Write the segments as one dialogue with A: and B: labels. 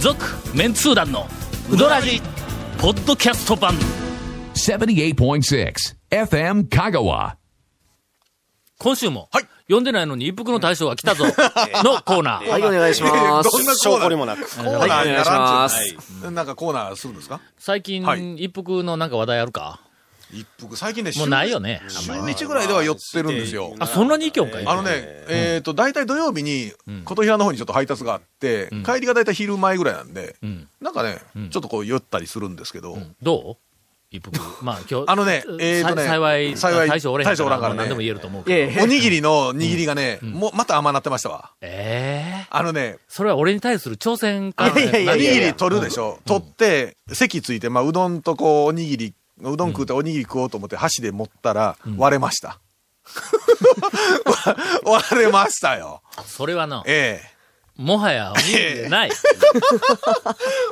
A: 続メンツー団のウドラジポッドキャスト版
B: 78.6 FM Kagawa.
A: 今週も、
C: はい
A: 読んでないのに一服の大将が来 たぞのコーナー、
D: はい、お願いし
C: ど
D: ます。
C: んなコーナー
D: 証拠にもなく。
C: コーナーにならんち
D: はい
C: ゅうねなんかコーナーするんですか
A: 最近、
C: はい
A: 一服のなんか話題あるか
C: 一服、最近ね、
A: もうないよねあん
C: 週
A: まり
C: 週日ぐらいでは寄ってるんですよ。
A: あそんなにいいきょんかい
C: あのね、えっと、大体土曜日に、琴平の方にちょっと配達があって、帰りが大体昼前ぐらいなんで、なんかね、ちょっとこう寄ったりするんですけど、
A: どう一服まあ今日
C: あのね
A: さ
C: えーとね
A: 幸い
C: 幸い
A: 大将おれへん
C: 大将おらんか
A: も
C: らね
A: う何でも言えると思う
D: い
A: け
D: や
A: ど
D: いや
C: おにぎりの握りがね、もうまた甘なってましたわ。
A: ええ
C: あのね、
A: それは俺に対する挑戦か
D: いやいやい
C: お
D: や
C: にぎ
D: いやいや
C: り取るでしょ。取って、席ついて、まあ、うどんとこう、おにぎり、うどん食うておにぎり食おうと思って箸で持ったら、割れました。 割れましたよ。
A: それはな
C: ええ。
A: もはやおにぎりじゃ ない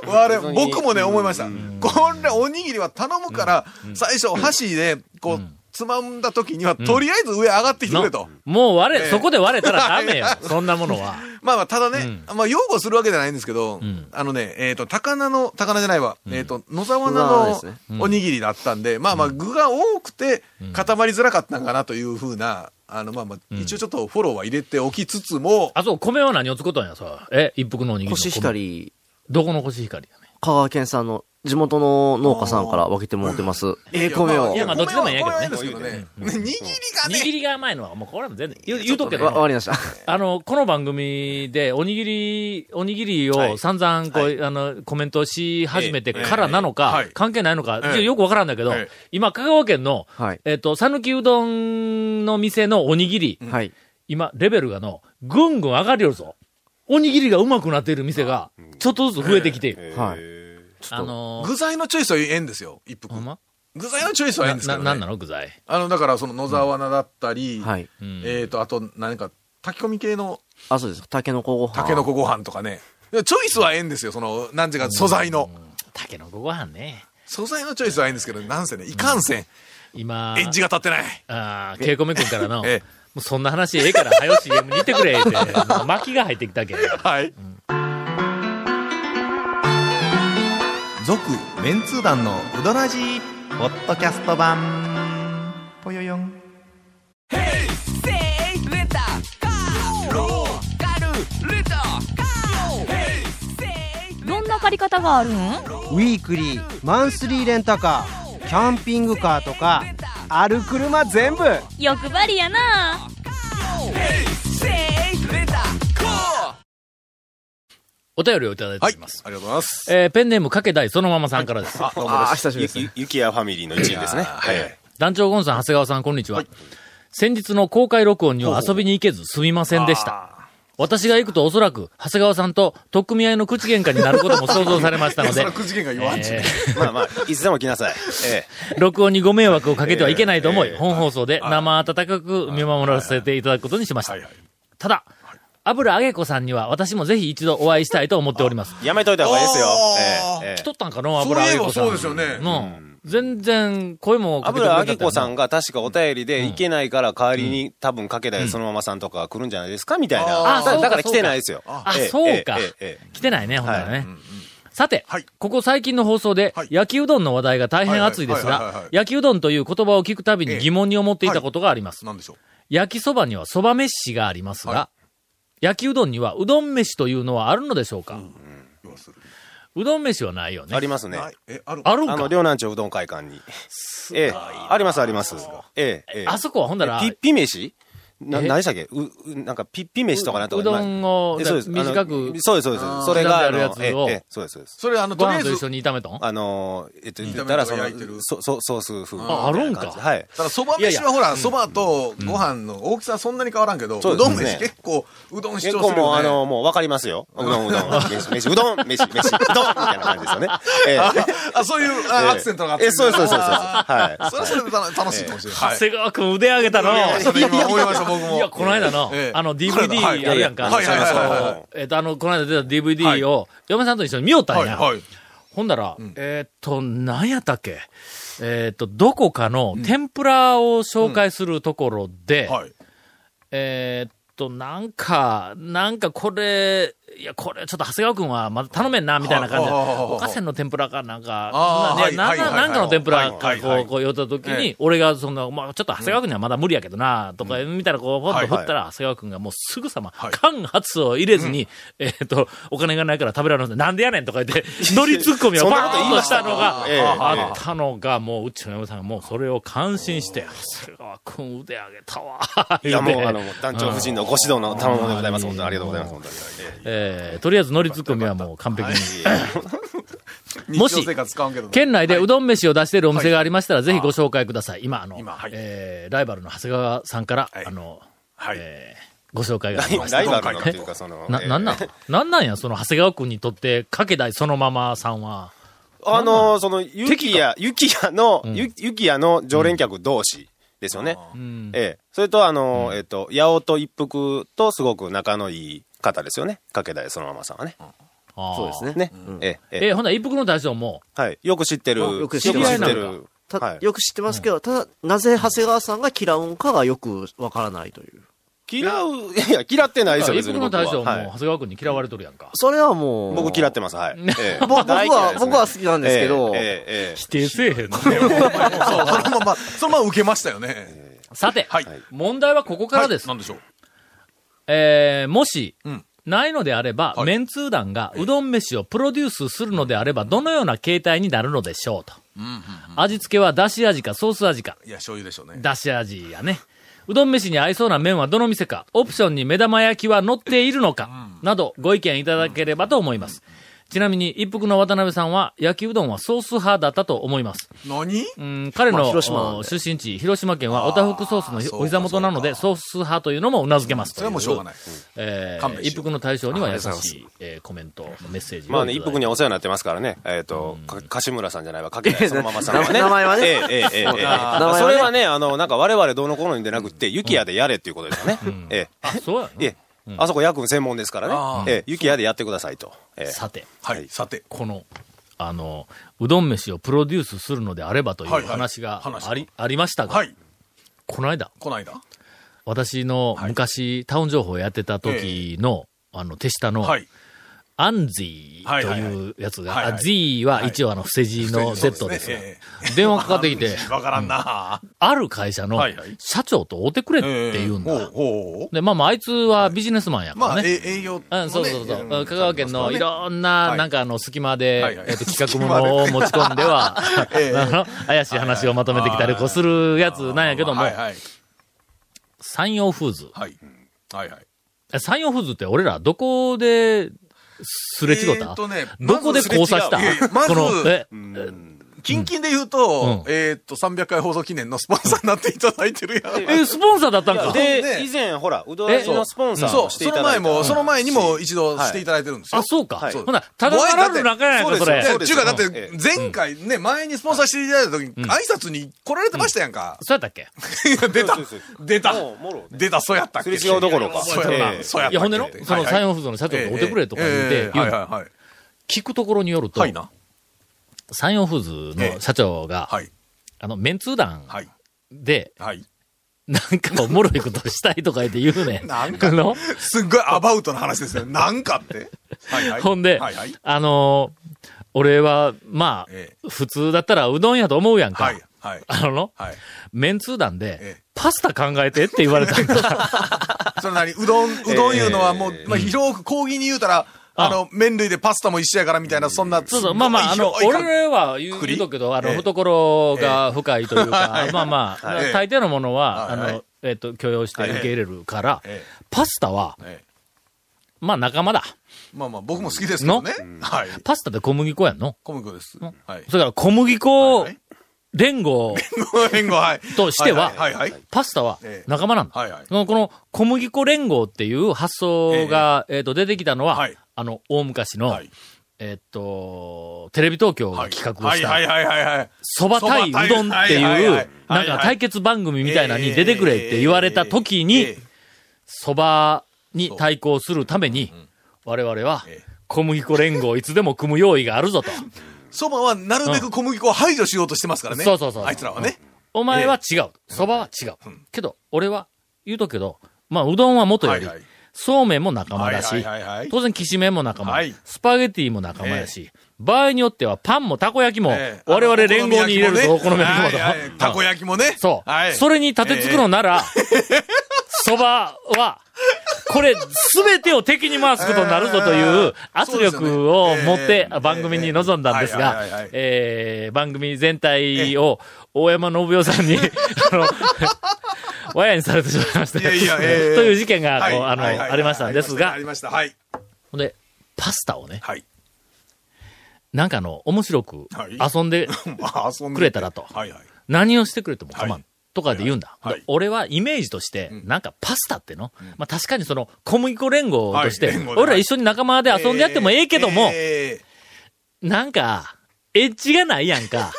C: 我々僕もね、思いました。これ、おにぎりは頼むから、最初、箸で、こう、つまんだ時には、とりあえず上上がってきてくれと
A: の。もう割れ、
C: ええ
A: そこで割れたらダ メよ。そんなものは。
C: まあまあ、ただね、まあ、擁護するわけじゃないんですけど
A: ん、
C: あのね、えっと、高菜の、高菜じゃないわ、えっと、野沢菜
D: 野沢菜ですね
C: のおにぎりだったんで、まあまあ、具が多くて、固まりづらかったんかなというふうな、あの、まあまあ、一応ちょっとフォローは入れておきつつも、
A: あ、そう、米は何を作ったんや、さ。え、一服のおにぎりの米。
D: コシヒカ。リ、
A: どこのコシヒカリやね。
D: 香川県産の地元の農家さんから分けてもらってます。ええ米を
A: い。やまあどっちでもええけどね
C: 米は米はですけどね。握りがね
A: 握、りが甘いのは、もうこれはもう全然、言う言うとくけ
D: わ、わ
A: ど、
D: かりました。
A: あの、この番組で、おにぎり、おにぎりを散々、こう、あの、コメントし始めてからなの
C: は
A: か
C: い、
A: 関係ないのか、
C: ええ
A: ちょよくわからんだけど
C: ええ、
A: 今、香川県の
D: はい、
A: えっと、讃岐うどんの店のおにぎり、
D: はい。
A: 今、レベルがの、ぐんぐん上がりよるぞ。おにぎりがうまくなっている店が、ちょっとずつ増えてきている。
D: はい。
A: あのー
C: 具材のチョイスはええんですよ、一服
A: ほ。んま
C: 具材のチョイスはええんですけ
A: な、
C: ど、ね。
A: ななんなの具材。
C: あの、だから、その野沢菜だったり、
D: はい。
C: えっ、と、あと、何か、炊き込み系の
D: あ、そうです。タケノコご飯。
C: タケノコご飯とかね。チョイスはええんですよ、その、なんていうか、素材の。
A: たけのこご飯ね。
C: 素材のチョイスはええんですけど、なんせね、いかんせん、
A: 今、
C: エッジが立ってない。
A: あー、ケイコメ君からの、
C: ええ
A: もうそんな話ええから、はよ CM に行ってく れ、って、もう巻きが入ってきたけん。
C: はい。
E: 続メンツー団のウドラジーポッドキャスト版ぽよよん
F: どんな借り方があるん
G: ウィークリーマンスリーレンタカーキャンピングカーとかある車全部
F: 欲張りやな
A: お便りをいただいてお
C: はい。あ
A: り
C: り
A: ます。
C: がとうございます。
A: えーペンネームかけたいそのままさんからです。
C: どうも
D: あー、
C: です。
D: 久しぶりですね。
H: ゆきやファミリーの一員ですね。はい。
A: 団長ゴンさん、長谷川さん、こんにちは。先日の公開録音には遊びに行けずすみませんでした。私が行くとおそらく、長谷川さんと取っ組み合いの口喧嘩になることも想像されましたの
C: そ
A: で
C: れ、くじけんが言わんちゅうね。
H: まあまあ、いつでも来なさい。え
A: 録音にご迷惑をかけてはいけないと思い、本放送で生温かく見守らせていただくことにしました
C: はいはい。
A: ただ、油揚げ子さんには私もぜひ一度お会いしたいと思っております。
H: え。やめといた方がいいですよ。
C: あー
H: えええ
A: 来
H: え。
A: とったんかの
C: そう
A: 油揚
C: い
A: げ
C: え
A: 子
C: ば
A: さん。
C: そうですよね。
A: うん。全然、声もかけてくれなか
H: 油揚
A: ったよ
H: げ
A: な
H: 子さんが確かお便りで行けないから代わりに多分かけたりそのままさんとかが来るんじゃないですかみたい
A: あーそ
H: な。
A: うか
H: だだから来てないですよ。
A: あ、
H: ええ
A: そうか
H: ええええええ。
A: 来てないね、ほんならね。さて、
C: はい
A: ここ最近の放送で、
C: はい
A: 焼きうどんの話題が大変熱いです
C: はいはいはいはい
A: が
C: はい、
A: 焼きうどんという言葉を聞くたびに疑問に思っていたことがあります。
C: なんでしょう。
A: 焼きそばにはそば飯がありますが、
C: は
A: 焼きうどんにはうどん飯というのはあるのでしょうか、う
C: 要するに
A: どん飯はないよね。
H: ありますね。
C: ないえ、ある
A: あるん
H: あの、
A: か
H: 両南町うどん会館に。ええ。ありますあります。ええええ。
A: あそこはほんだら、
H: ピッピ飯な、
A: え
H: 何でしたっけう、うなんかピッピ飯とかなんとか。
A: うどんを
H: えそうです。あの
A: 短く
H: そうです、そうです。それが、あの
A: 刻んであるやつを
H: ええええそうです、そうです。
C: それ、あの、
A: ご
C: とり
A: 飯
C: あえ
A: と
C: ず、
A: 一緒に炒めとん
H: あのー、えっと、
C: 炒め
H: 言
C: た
H: ったらその
C: 焼いてる、
H: そ、そ、ソース風みたい
A: ああ
H: な
A: るんか
H: 感じはい。
C: ただ、そば
A: いやい
C: 飯
A: や
C: はほら、そばとご飯の大きさはそんなに変わらんけど、う
H: そうで
C: ど
H: す
C: ん
H: ね
C: 飯結構、うどん主張す
H: 結
C: るよ
H: 構
C: ね。
H: もう、あのー、もう分かりますよ。うどん、うど ん、飯、飯、うどん、飯、飯、うどんみたいな感じですよね。ええ。
C: あ、そういう
H: ええ
C: あアクセントがあって。
H: え、そうですそうですそうです。はい。
C: それはそれで楽楽しいかもしれない。
A: 長
C: はい
A: 谷川くん腕上げたの。
C: ちょっと今思いました、僕も。
A: いや、この間の、
C: ええ
A: あの
C: この間
A: DVD あ
C: はい
A: るやんか。
C: はいはいはいはい
A: そうえっと、あの、この間出た DVD を、嫁さんと一緒に見よったん
C: はい
A: や。
C: はい。
A: ほんだら、えーっと、何やったっけえーっと、どこかの天ぷらを紹介するところで、
C: はい。
A: えーっと、なんか、なんかこれ、いや、これ、ちょっと長谷川くんは、まだ頼めんな、みたいな感じで、
C: ああああ
A: おかせんの天ぷらかなんか、
C: ああ
A: なね、な
C: はい
A: んか
C: はいはい
A: なんかの天ぷら
C: は
A: か、
C: いはいは
A: こう、
C: い
A: こう、寄った時
C: え
A: に、俺が、そんな、まあちょっと長谷川くんにはまだ無理やけどな、とか、みたいな、こう、ポッと振ったら、長谷川くんがもうすぐさま、
C: はい
A: 間髪を入れずに、えっと、お金がないから食べられません。なんでやねんとか言って、乗りツッコミを
H: そんな
A: バ
H: こと
A: ーン
H: 言い
A: と
H: ま
A: し
H: したた
A: のが、
H: ええ
A: あったのが、もう、うちの嫁さんがもうそれを感心して、長谷川くん腕上げたわ、
H: いや、もう、
A: 言
H: あ
A: う
H: の
A: て、
H: 団長夫人のご指導の賜物でございます。本当にありがとうございます。本当に。
A: えーとりあえず乗りツッコミはもう完璧に。も
C: 日
A: し
C: 常生活使わんけどな。
A: 県内でうどん飯を出しているお店がありましたら、ぜひご紹介ください。今、あの、
C: 今はい
A: えーライバルの長谷川さんから、
C: はい
A: あの、
C: はい。
A: えーご紹介が ありま
H: ラ
A: し
H: イ
A: た。
H: ライバルのっていうか、その、
A: な、
H: えー
A: なんなんなんなんや、その長谷川君にとって、かけ代そのままさんは。
H: あのー、その、ゆき
A: 敵
H: や、ゆきやの、ゆゆきやの常連客同士ですよね。
A: うん。
H: ええ。それと、あのー、えっと、八尾と一服とすごく仲のいい方ですよね。かけだいそのままさんはね。
A: あー
D: そうですね。
H: ね
D: うん。
H: ええ。え
A: えーほな、一服の大将も、
H: えはい。よく知ってる。
D: あよく
A: 知ってます
H: よく知っ
A: 知り合
H: て
A: いなん
H: る。
D: た
H: はい
D: よく知ってますけど、ただ、なぜ長谷川さんが嫌うんかがよくわからないという。
H: 嫌う、いやいや、嫌ってないですよ、
A: 一
H: 別
A: 服
H: に
A: の
H: 僕は。
A: 大将も、
H: は
A: 長
H: い
A: 谷川君に嫌われとるやんか。
D: それはもう。。
H: 僕嫌っててます、はい。ええ
D: 僕僕
H: 大嫌い
D: は
H: で、すね
D: 僕は好きなんですけど、
H: ええええええ
A: 否定せえへんの
C: そう、そのまま、そのまま受けましたよね。
A: さて、
C: はい。
A: 問題はここからです。
C: はいなんでしょう。
A: えーもし、
C: ん
A: ないのであれば、
C: はい
A: メンツー団がうどん飯をプロデュースするのであれば、どのような形態になるのでしょうと。味付けはだし味かソース味か、
C: いや、醤油でしょうね。
A: だし味やね。うどん飯に合いそうな麺はどの店か、オプションに目玉焼きは乗っているのか、などご意見いただければと思います。ちなみに、一服の渡辺さんは、焼きうどんはソース派だったと思います。
C: 何
A: うん、彼の、
D: まあ広島なんで
A: お出身地、広島県はおたふくソースのひお膝元なので、ソース派というのもうなずけますと
C: それはもうしょうがない。
A: え
C: 勘
A: ー、
C: 弁し
A: 一
C: よう
A: 服の対象には優
D: ありがとうご
A: し
D: ざい
A: い、えーコメント、メッセージを
H: まあね、一服に
A: は。
H: はお世話になってますからね。えっ、と、か、柏村さんじゃないわ、かけないそのままさんはね。
D: 名前はね
H: ええええええええ
D: はね
H: それはね、あの、なんか我々どうのこうのじゃなくって、雪屋でやれっていうことですよね。え
A: あ、そうや
H: え、え
A: ね。
H: え、あそこ夜君専門ですから
C: あ
H: ね。ええ、雪屋でやってくださいと。ええ、
A: さて、
C: はい。さて。
A: この、あの、うどん飯をプロデュースするのであればとい
C: はいうはい
A: 話があり、
C: 話
A: ありましたが、
C: はい。
A: この間、
C: こないだ。
A: 私の昔、タウン情報やってた時の、あの、手下の、
C: はい。
A: アンジーというやつ
C: はいは
A: が、
C: いはい
A: あ Z は一応あの、伏せ字のセットですが、
C: え
A: 電話かかってき て、
C: えわからんな
A: ある会社の
C: はいはい
A: 社長と会うてくれって言うんだ。
C: ほうほう。
A: で、まあまあ、あいつはビジネスマンやか
C: ま
A: ら
C: あ、
A: ね。
C: え営業
A: うん、そうそうそう。香川県のいろんな、
C: い
A: なんかあの、隙間
C: はい
A: で
C: は、い
A: えっと、企画ものを持ち込んでは、
C: ええ
A: あの怪しい話をまとめてきたり、こうするやつなんやけども
C: は、いはい。
A: 山陽フーズ。
C: はい。はいはい。
A: え山陽フーズって俺らどこで、すれ違っ
C: えー
A: た
C: っとね
A: どこで交差した
C: まずすれ違ういやいやまず
A: この、え、
C: 近々で言うと、
A: うん
C: えーっと、300回放送記念のスポンサーになっていただいてる やん。
A: え、スポンサーだったんか
H: で、
C: ね
H: 以前、ほら、うどらじのスポンサー
C: そ
H: を
C: う、
H: して
C: そ
H: いた
C: の
H: だい
C: 前
H: た。
C: も、その前にも
H: うん
C: 一度していただいてるんですよ。
A: あ、そうか。
H: はい
A: ほな、ただならぬ仲やないか、そ
H: ご挨拶
A: れ
H: で。
C: いや、ちゅ
H: そ
C: うか、だっ
H: え
C: て、
H: え
C: 前回ね、前にスポンサーしていただいた時に、挨拶に来られてましたやんか。
A: そうやったっけ
C: い や出た
H: そうそうそう
C: 出た
H: もうもろね
C: 出た、そうやったっけ
H: すれ違うどころか
C: そうやった
H: ええ
C: そうやったっ
A: い
C: け
A: や、ほんでの、その
C: はいはい
A: 山陽フーズの社長と会うてくれとか言っ
C: えええ
A: て
C: え、
A: 言う
C: はい
A: の
C: はいはい。
A: 聞くところによると
C: は、いな。
A: 山陽フーズの社長が、
C: はい。
A: あの、メンツー団
C: はい。
A: で、
C: はい。
A: なんかおもろいことしたいとか言って言うねん。
C: なんか
A: あの
C: すっごいアバウトな話ですよね。なんかって。はいはい。
A: ほんで
C: はいはい。、
A: あのー、俺は、ま
C: え
A: あ、普通だったらうどんやと思うやん
C: は
A: か
C: い。。はい。
A: あの、
C: はい。
A: メンツー団
C: え
A: で
C: え、
A: パスタ考えてって言われた んだ。
C: それなり、うどん、うどんいうのはもう、まあ、広く講義に言うたら、あの、麺類でパスタも一緒やからみたいな、そんな。
A: そうそう、まあまあ、あの、
C: 広い感じ
A: 俺は言う
C: く
A: 言
C: り
A: うとくけど、あの、
C: ええ
A: 懐が深いという か、まあまあ、
C: はい
A: 大抵のものは、あ
C: はいはい
A: の、えっと、許容して
C: はい
A: 受け入れるから
C: え、
A: パスタは、
C: ええ
A: まあ仲間だ。
C: まあまあ、僕も好きですけどね。はい。
A: パスタって小麦粉やんの
C: 小麦粉です。はい。
A: それから小麦
C: はい
A: 粉
C: はい
A: 連合
C: 援護、 はい。
A: としては
C: はいはいはい。
A: パスタは
C: ええ
A: 仲間なんだ。
C: はいはい
A: そのこの小麦粉連合っていう発想が、えっ、と、出てきたのは、
C: はい
A: あの、大昔の、
C: はい
A: えっ、と、テレビ東京が企画を
C: は
A: し
C: いはい
A: た、
C: はいはいはい。
A: そば対うどんって
C: はい
A: い
C: はいは
A: う
C: い、
A: なんか対決番組みたいなのに出てくれって言われた時に、そばに対抗するために、我々は
C: ええ、
A: 小麦粉連合をいつでも組む用意があるぞ と。
C: そばはなるべく小麦粉を排除しようとしてますからね。
A: そうそうそう
C: あいつらはね。
A: お前は違う。そばは違う。けど、俺は言うとくけど、まあ、うどんは元より
C: はいはい、
A: そうめんも仲間だ
C: は
A: し
C: いはいはいはい、
A: 当然、きしめんも仲間、
C: はい
A: スパゲティも仲間やし、場合によってはパンもたこ焼きも、我々連合に入れるぞ、お好み焼きもと。 うん
C: たこ焼きもね。
A: そう。
C: はい。
A: それに立てつくのなら、そばは、これ、すべてを敵に回すことになるぞという圧力を持って
C: ええ
A: 番組に臨んだんです
C: ええはいはいはい
A: が
C: はい、
A: えー番組全体を大山信代さんに、あの、 わやにされてしまいまして、
C: いやいやええ
A: という事件が、
C: は
A: こ
C: い、
A: うあの、
C: はいはい
A: ありましたんですが
C: あり、ました、ありまし
A: ほんで、パスタをね、
C: たはい。
A: なんかあの、面白く
C: はい
A: 遊んで
C: はい。まあ、遊んで
A: くれたらと
C: はいはい。
A: 何をしてくれても構わん。
C: はい
A: とかで言うんだ、
C: はい
A: で俺はイメージとして、なんかパスタっての、まあ確かにその小麦粉連合として、
C: はい連合で
A: 俺ら一緒に仲間で遊んでやってもええけども、
C: え
A: なんか、エッジがないやん か。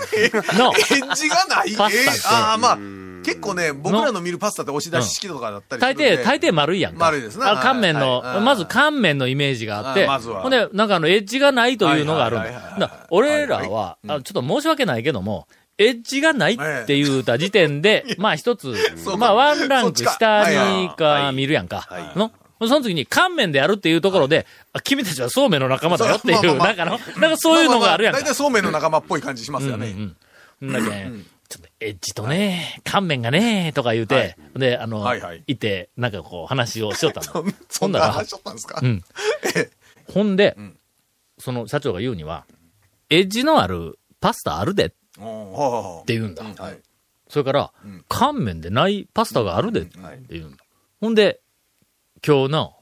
A: の、
C: ーエッジがない。え
A: パスタって
C: ーああ、まあ、結構ね、僕らの見るパスタって押し出し式とかだったりする
A: 大
C: んで。
A: 抵、大抵丸いやんか。
C: 丸いですね
A: あ乾麺の、
C: はいはい
A: まず乾麺のイメージがあって、
C: あまずは
A: ほんで、なんかあの、エッジがないというのがあるんだ。
C: はいはいはいはい
A: だから俺らは、
C: はい
A: あちょっと申し訳ないけども、エッジがないって言うた時点 で、まあ一つ
C: そ、う
A: まあワンランク
C: そっちか
A: 下に
H: はいは
A: か
H: い
A: 見るやんか。
H: はい
A: のその時に乾麺でやるっていうところで、あ君たちはそうめんの仲間だよってい
C: そ
A: う、
C: うまあ
A: なんかの、なんかそういうのがあるやんか
C: ままま大。体そうめんの仲間っぽい感じしますよ
A: う
C: ね。
A: んうんうん。だけどねちょっとエッジとね、乾麺がね、とか言うて、で、あの、
C: はいいはい
A: て、なんかこう話をしよったの。
C: そんな話しちゃったんですか、
A: うん。ほんで、その社長が言うには、エッジのあるパスタあるでっ
C: おーほうほうほう
A: て言うんだ。
C: はい
A: それから、乾麺でないパスタがあるでって言うんだ。ほんで、今日の、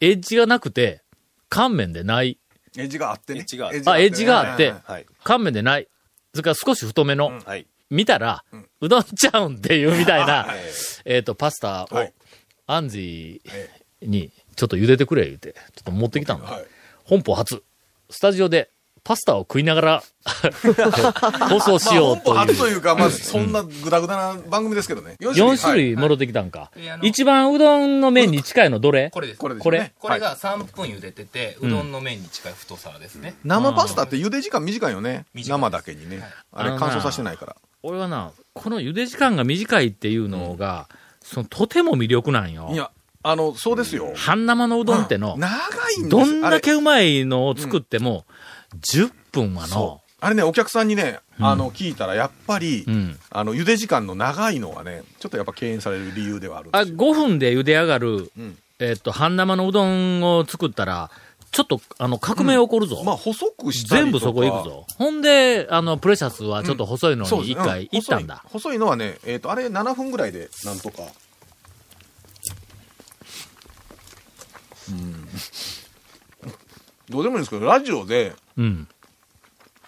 A: エッジがなくて、乾麺でない、
C: エッジがあってね。
H: エッジがあって
A: あ、エッジがあって
C: はい、
H: はい。
A: 乾麺でない、それから少し太めの、
H: はい。
A: 見たら、うどんちゃうんっていうみたいな、えっと、パスタを
C: はい、
A: アンジーに、ちょっと茹でてくれ言うて、ちょっと持ってきたの。
C: はい
A: 本邦初、スタジオで、パスタを食いなが ら、放送しようと
C: まあ、本当あると
A: い。
C: いううか、まあ、そんなグダグダな番組ですけどね。4
A: 4種類
C: はい
A: 戻ってきたんか
I: いあ。の
A: 一番うどんの麺に近いのどれ
I: これです
C: これです
A: こ
C: よね。
A: れ
I: これが3分茹でてて、うどんの麺に近い太さですね、
C: 生パスタって茹で時間短いよね。
I: 短いです
C: 生だけにね。あれ
A: あのな
C: 乾燥させてないから。
A: 俺はな、この茹で時間が短いっていうのが、その、とても魅力なんよ
C: い。や、あの、そうですよ。
A: 半生のうどんっての、
C: 長いんですよ
A: どんだけ
C: あれ
A: うまいのを作っても、10分はの
C: そ、うあれね、お客さんにね、あの、聞いたら、やっぱり、
A: うん
C: あの、茹で時間の長いのはね、ちょっとやっぱ敬遠される理由ではあるん
A: あ
C: ですよ。
A: 5分で茹で上がる、
C: ん
A: えっと、半生のうどんを作ったら、ちょっと、あの、革命起こるぞ。
C: まあ、細くしたり
A: 全部
C: とか
A: そこ行くぞ。ほんで、あの、プレシャスはちょっと細いの
C: そう
A: に
C: です
A: 一回
C: う
A: 行ったんだ。
C: 細い細いのはね、えっ、と、あれ7分ぐらいで、なんとか。うん。どうでもいいんですけど、ラジオで
A: うん。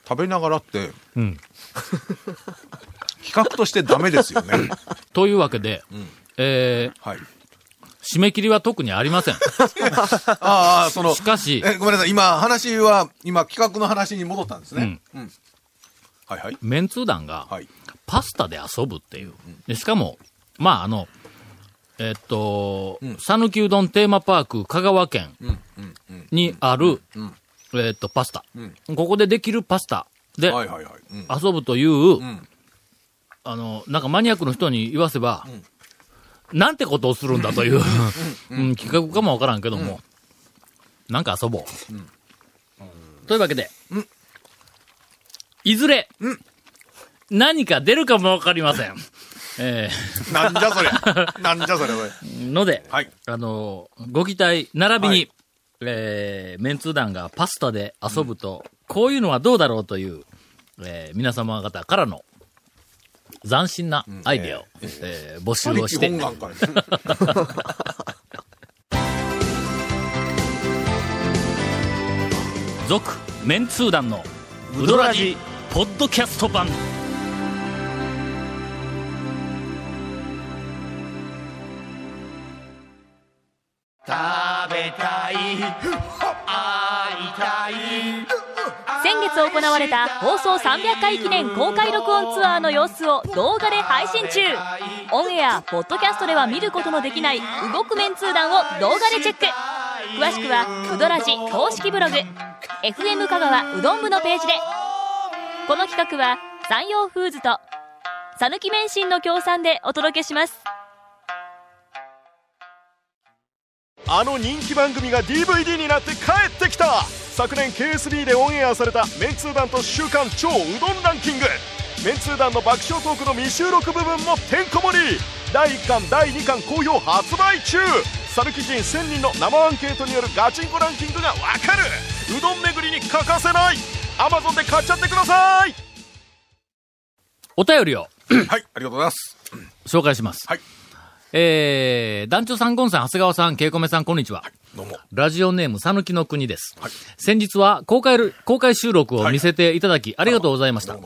C: 食べながらって、
A: うん。
C: 企画としてダメですよね。
A: というわけで、えー
C: はい。
A: 締め切りは特にありま せん。
C: ああ、その
A: し、かし、
C: え、ごめんなさい、今、話は、今、企画の話に戻ったんですね。うん。はいはい。
A: メンツー団が、
C: はい。
A: パスタで遊ぶっていう。でしかも、まあ、あの、えっと
C: ん、
A: 讃岐うどんテーマパーク香川県
C: うん、うん、うん。
A: にある
C: ん、
A: えっと、パスタ
C: ん。
A: ここでできるパスタで
C: はいはいはい。うん。
A: 遊ぶという
C: うん、
A: あの、なんかマニアックの人に言わせば、なんてことをするんだという、うん、企画かもわからんけども、なんか遊ぼう。というわけで、いずれ、何か出るかもわかりません。え
C: なんじゃそれ。 なんじゃそれ、おい
A: ーので、
C: はい
A: あの、ご期待、並びに、
C: はい
A: えーメンツー団がパスタで遊ぶと、こういうのはどうだろうという、えー皆様方からの斬新なアイデアを、えー募集をして
C: 本、願からです。
A: 続、メンツー団の、ウドラジ、ポッドキャスト版。
F: 先月行われた放送300回記念公開録音ツアーの様子を動画で配信中オンエアポッドキャストでは見ることのできない動く面通談を動画でチェック詳しくはうどらじ公式ブログ FM 香川うどん部のページでこの企画は山陽フーズと讃岐免震の協賛でお届けします
J: あの人気番組が DVD になって帰ってきた昨年 KSB でオンエアされた「メンツー団と週刊超うどんランキング」メンツー団の爆笑トークの未収録部分もてんこ盛り第1巻第2巻好評発売中サルキ人1000人の生アンケートによるガチンコランキングがわかるうどん巡りに欠かせない Amazon で買っちゃってください
A: お便りを
C: はい、ありがとうございます。
A: 紹介します。
C: はい
A: えー、団長さん、ゴンさん、長谷川さん、ケイコメさん、こんにちは。
C: どうも。
A: ラジオネーム、さぬきの国です。先日は公開る、公開収録を見せていただき、ありがとうございました。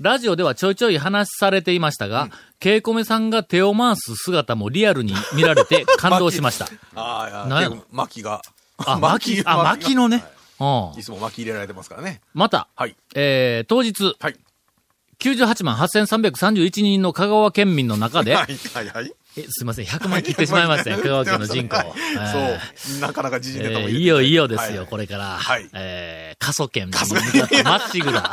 A: ラジオではちょいちょい話されていましたが、ケイコメさんが手を回す姿もリアルに見られ て感動しました。
C: あ
A: なん
C: あ、い
A: や
C: や、巻きが。
A: あ、巻き、あ、巻き
C: が
A: のね。うん
C: いつも巻き入れられてますからね。
A: また、
C: はい
A: えー、当日、
C: はい。
A: 98万8331人の香川県民の中で、
C: はい、はい、はい。
A: えすいません、100万切ってしまいました ね、香川県の人口。
C: はい
A: はい
C: そう。なかなか時事ネタ
A: え
C: も
A: ー
C: 入れて
A: いよいよですよ、
C: はい
A: これから。
C: はい
A: えー、過疎圏に向かってまっしぐら。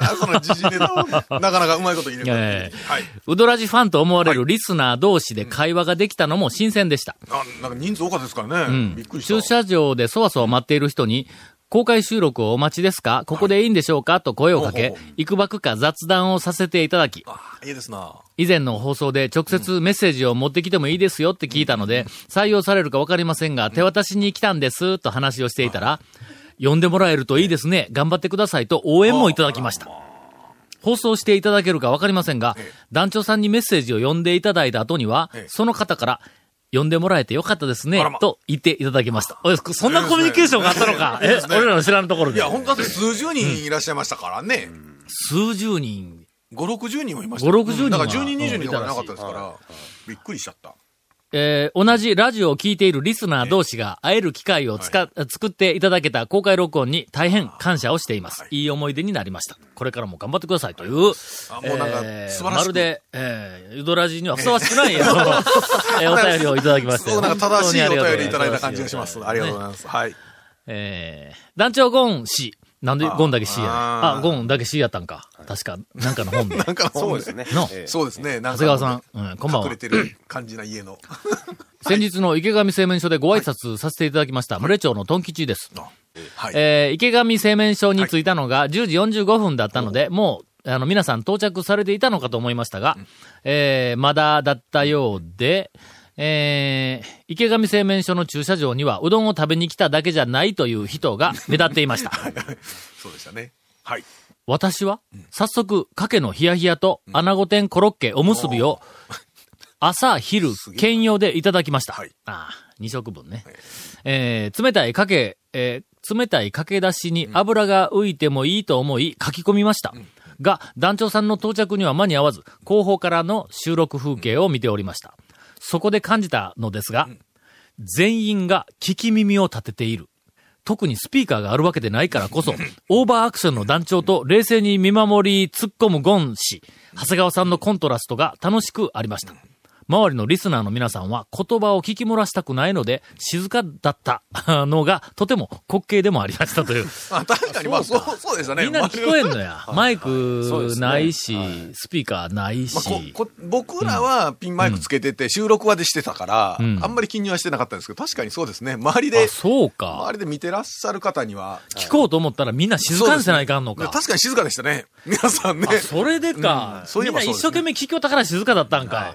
C: あ その時事ネタをね、なかなかうまいこと入れら
A: え
C: れて。はい。
A: ー、うどらじファンと思われるリスナー同士で会話ができたのも新鮮でした。
C: あ、なんか人数多かったですから
A: う
C: ね。び
A: ん
C: っく。りした。
A: 駐車場でそわそわ待っている人に、公開収録をお待ちですかここでいいんでしょうかと声をか
C: ほ
A: け
C: うほう、
A: 幾ばくか雑談をさせていただき、
C: あいいですな。
A: 以前の放送で直接メッセージを持ってきてもいいですよって聞いたので、採用されるかわかりませんが、手渡しに来たんですと話をしていたら、呼んでもらえるといいですね。頑張ってくださいと応援もいただきました。放送していただけるかわかりませんが、団長さんにメッセージを読んでいただいた後には
C: ええ、
A: その方から、呼んでもらえてよかったですね
C: あらま、
A: と言っていただきました。おいそんなコミュニケーションがあったのか。え、俺らの知らんところ
C: い
A: で
C: や、。本当だって数十人いらっしゃいましたからね。
A: 数十人
C: 5、60人はいました。
A: 5 60人は
C: だから10人、20人とか
A: うん
C: いなかったですから、びっくりしちゃった。
A: えー同じラジオを聴いているリスナー同士が会える機会をつか、作っていただけた公開録音に大変感謝をしています。い、い思い出になりました。これからも頑張ってくださいという、
C: あもうなんか
A: えー
C: 素晴らしく
A: まるで、えー、ユドラジにはふさわしくない、えー えーお便りをいただきまし
C: す
A: て。
C: ごくなんか正しいお
A: 本当にあがと
C: 便
A: うござ
C: りいただいた感じがします。ありがとうございます。はい。
A: えー、団長ゴン氏。なんでゴンだけ C やねん
C: あー
A: あ、ゴンだけ C やったんか。確か、なんかの本で。
C: なんか
H: そうですね。
A: の
H: ええ
C: そうですね。長
A: 長谷川さん、うん、こんばん
C: 隠
A: は
C: れ。てる感じな家の。
A: 先日の池上製麺所でご挨拶させていただきました、群れ町のトン吉です。
C: は い。
A: えー池上製麺所に着いたのが10時45分だったので、もう、あの、皆さん到着されていたのかと思いましたが、えーまだだったようで、えー池上製麺所の駐車場には、うどんを食べに来ただけじゃないという人が目立っていました。
C: そうでしたね。はい。
A: 私は、早速、かけのヒヤヒヤと、穴子天コロッケおむすびを、朝、昼、兼用でいただきました。
C: はい
A: ああ、2食分ね。えー冷たいかけ、えー冷たいかけだしに油が浮いてもいいと思い、書き込みました。が、団長さんの到着には間に合わず、後方からの収録風景を見ておりました。そこで感じたのですが、全員が聞き耳を立てている。特にスピーカーがあるわけでないからこそ、 オーバーアクションの団長と冷静に見守り突っ込むゴン氏、長谷川さんのコントラストが楽しくありました。周りのリスナーの皆さんは言葉を聞き漏らしたくないので、静かだったのがとても滑稽でもありましたと いう。
C: あ、確かに、まあ、そう、そうでしたね。
A: みんなに聞こえん
C: ま
A: のや。マイクないし、スピーカーない
C: あこ
A: し。
C: こ僕らはピンマイクつけてて、収録はでしてたから、
A: うん
C: あんまり気にはしてなかったんですけど、確かにそうですね。周り
A: あ、
C: で、
A: そうか
C: 周。りで見てらっしゃる方には、
A: 聞こうと思ったらみんな静かにせないかんの
C: で
A: か。
C: 確かに静かでしたね。皆さんね。
A: あ、それでか。
C: うんそうい
A: み
C: え
A: ん
C: ば
A: な一
C: そうですね
A: 生懸命聞きよったから静かだったんか。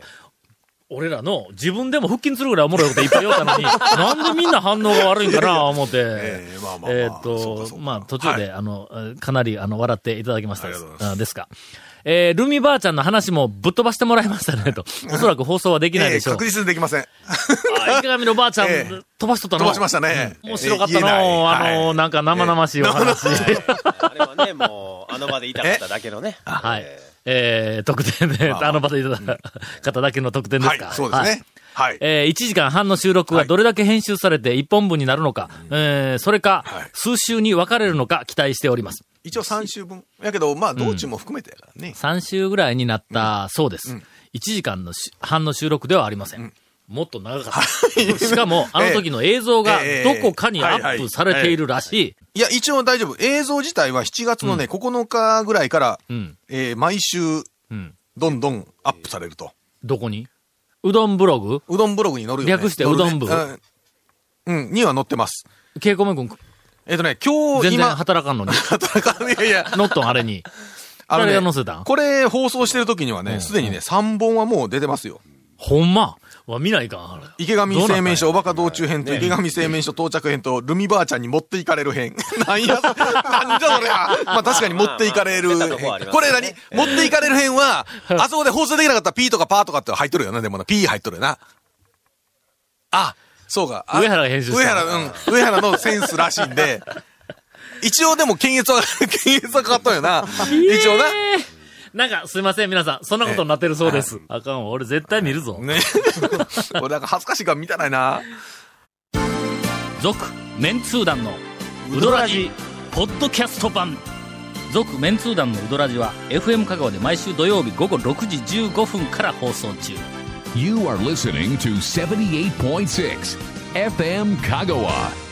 A: 俺らの自分でも腹筋するぐらいおもろいこといっぱい言おったの に、なんでみんな反応が悪いんかな、思って。
C: ええまあまあまあ
A: えーっ
C: そうか
A: と
C: そ、うか
A: まあ途中で、あの、えーかなり、あの、笑っていただきました
C: あ
A: で
C: り
A: す
C: がとうござい
A: あですが。えールミばあちゃんの話もぶっ飛ばしてもらいました ね、と。おそらく放送はできない
C: え
A: で
C: え
A: しょう。
C: 確実にできません。
A: あ池上のばあちゃん、
C: ええ
A: 飛ばしとったの
C: 飛ばしましたね。
A: 面白かった
C: ええ言えない
A: の、あ
C: はい
A: の、なんか生々しいお話。
H: あれはね、もう、あの場で言いたかっただけのね。
A: はい
H: えー。
A: えー、特典で、あの場でいただいた方だけの特典ですか。
C: はい、そうです
A: はい
C: ね。はい。
A: えー、1時間半の収録がどれだけ編集されて一本分になるのか、えー、それか、
C: はい
A: 数週に分かれるのか期待しております。
C: 一応3週分。やけど、まあ、道中も含めてやからね。
A: 3週ぐらいになったそうです。1時間のし半の収録ではありません。もっと長かった。 しかも、あの時の映像が
C: え
A: ど
C: え
A: こかにアップされているらしい。
C: いや、一応大丈夫。映像自体は7月のね、9日ぐらいから、
A: ん
C: えー毎週、
A: うん。
C: どんどんアップされると。
A: どこにうどんブログ
C: うどんブログに載るよ、ね。
A: 略してうどん部
C: 載るねうん、には乗ってます。
A: 稽古目君、
C: えっとね、今日、
A: 全然
C: 今、
A: 働かんのに。
C: いやいや、
A: ノットンあれに。
C: あの
A: 誰
C: ね
A: が乗せたん
C: これ放送してる時にはね、すでにね、3本はもう出てますよ。
A: ほんま。わ、見ないかん、あれ。
C: 池上製麺所おバカ道中編と
H: ね
C: 池上製麺所到着編とルミばあちゃんに持っていかれる編。なんや、なんじゃそりゃ。まあ確かに持っていかれる
H: まあ
C: 編。
H: まあまあまあ
C: これ何持っていかれる編は、あそこで放送できなかったら P とかパーとかって入っとるよな、でもな。P 入っとるよな。あ、そうか。あ
A: 上原が編集した
C: 上原、うん。上原のセンスらしいんで。一応でも検閲は、 検閲はかかったよな。一応な。
A: なんか、すいません、皆さん。そんなことになってるそうです。あかんわ、俺絶対見るぞ。
C: ね。 俺なんか恥ずかしいから見たないな。
A: 続、メンツー団の、ウドラジ、ポッドキャスト版。続、メンツー団のウドラジは、FM 香川で毎週土曜日午後6時15分から放送中。
B: You are listening to 78.6 FM Kagawa.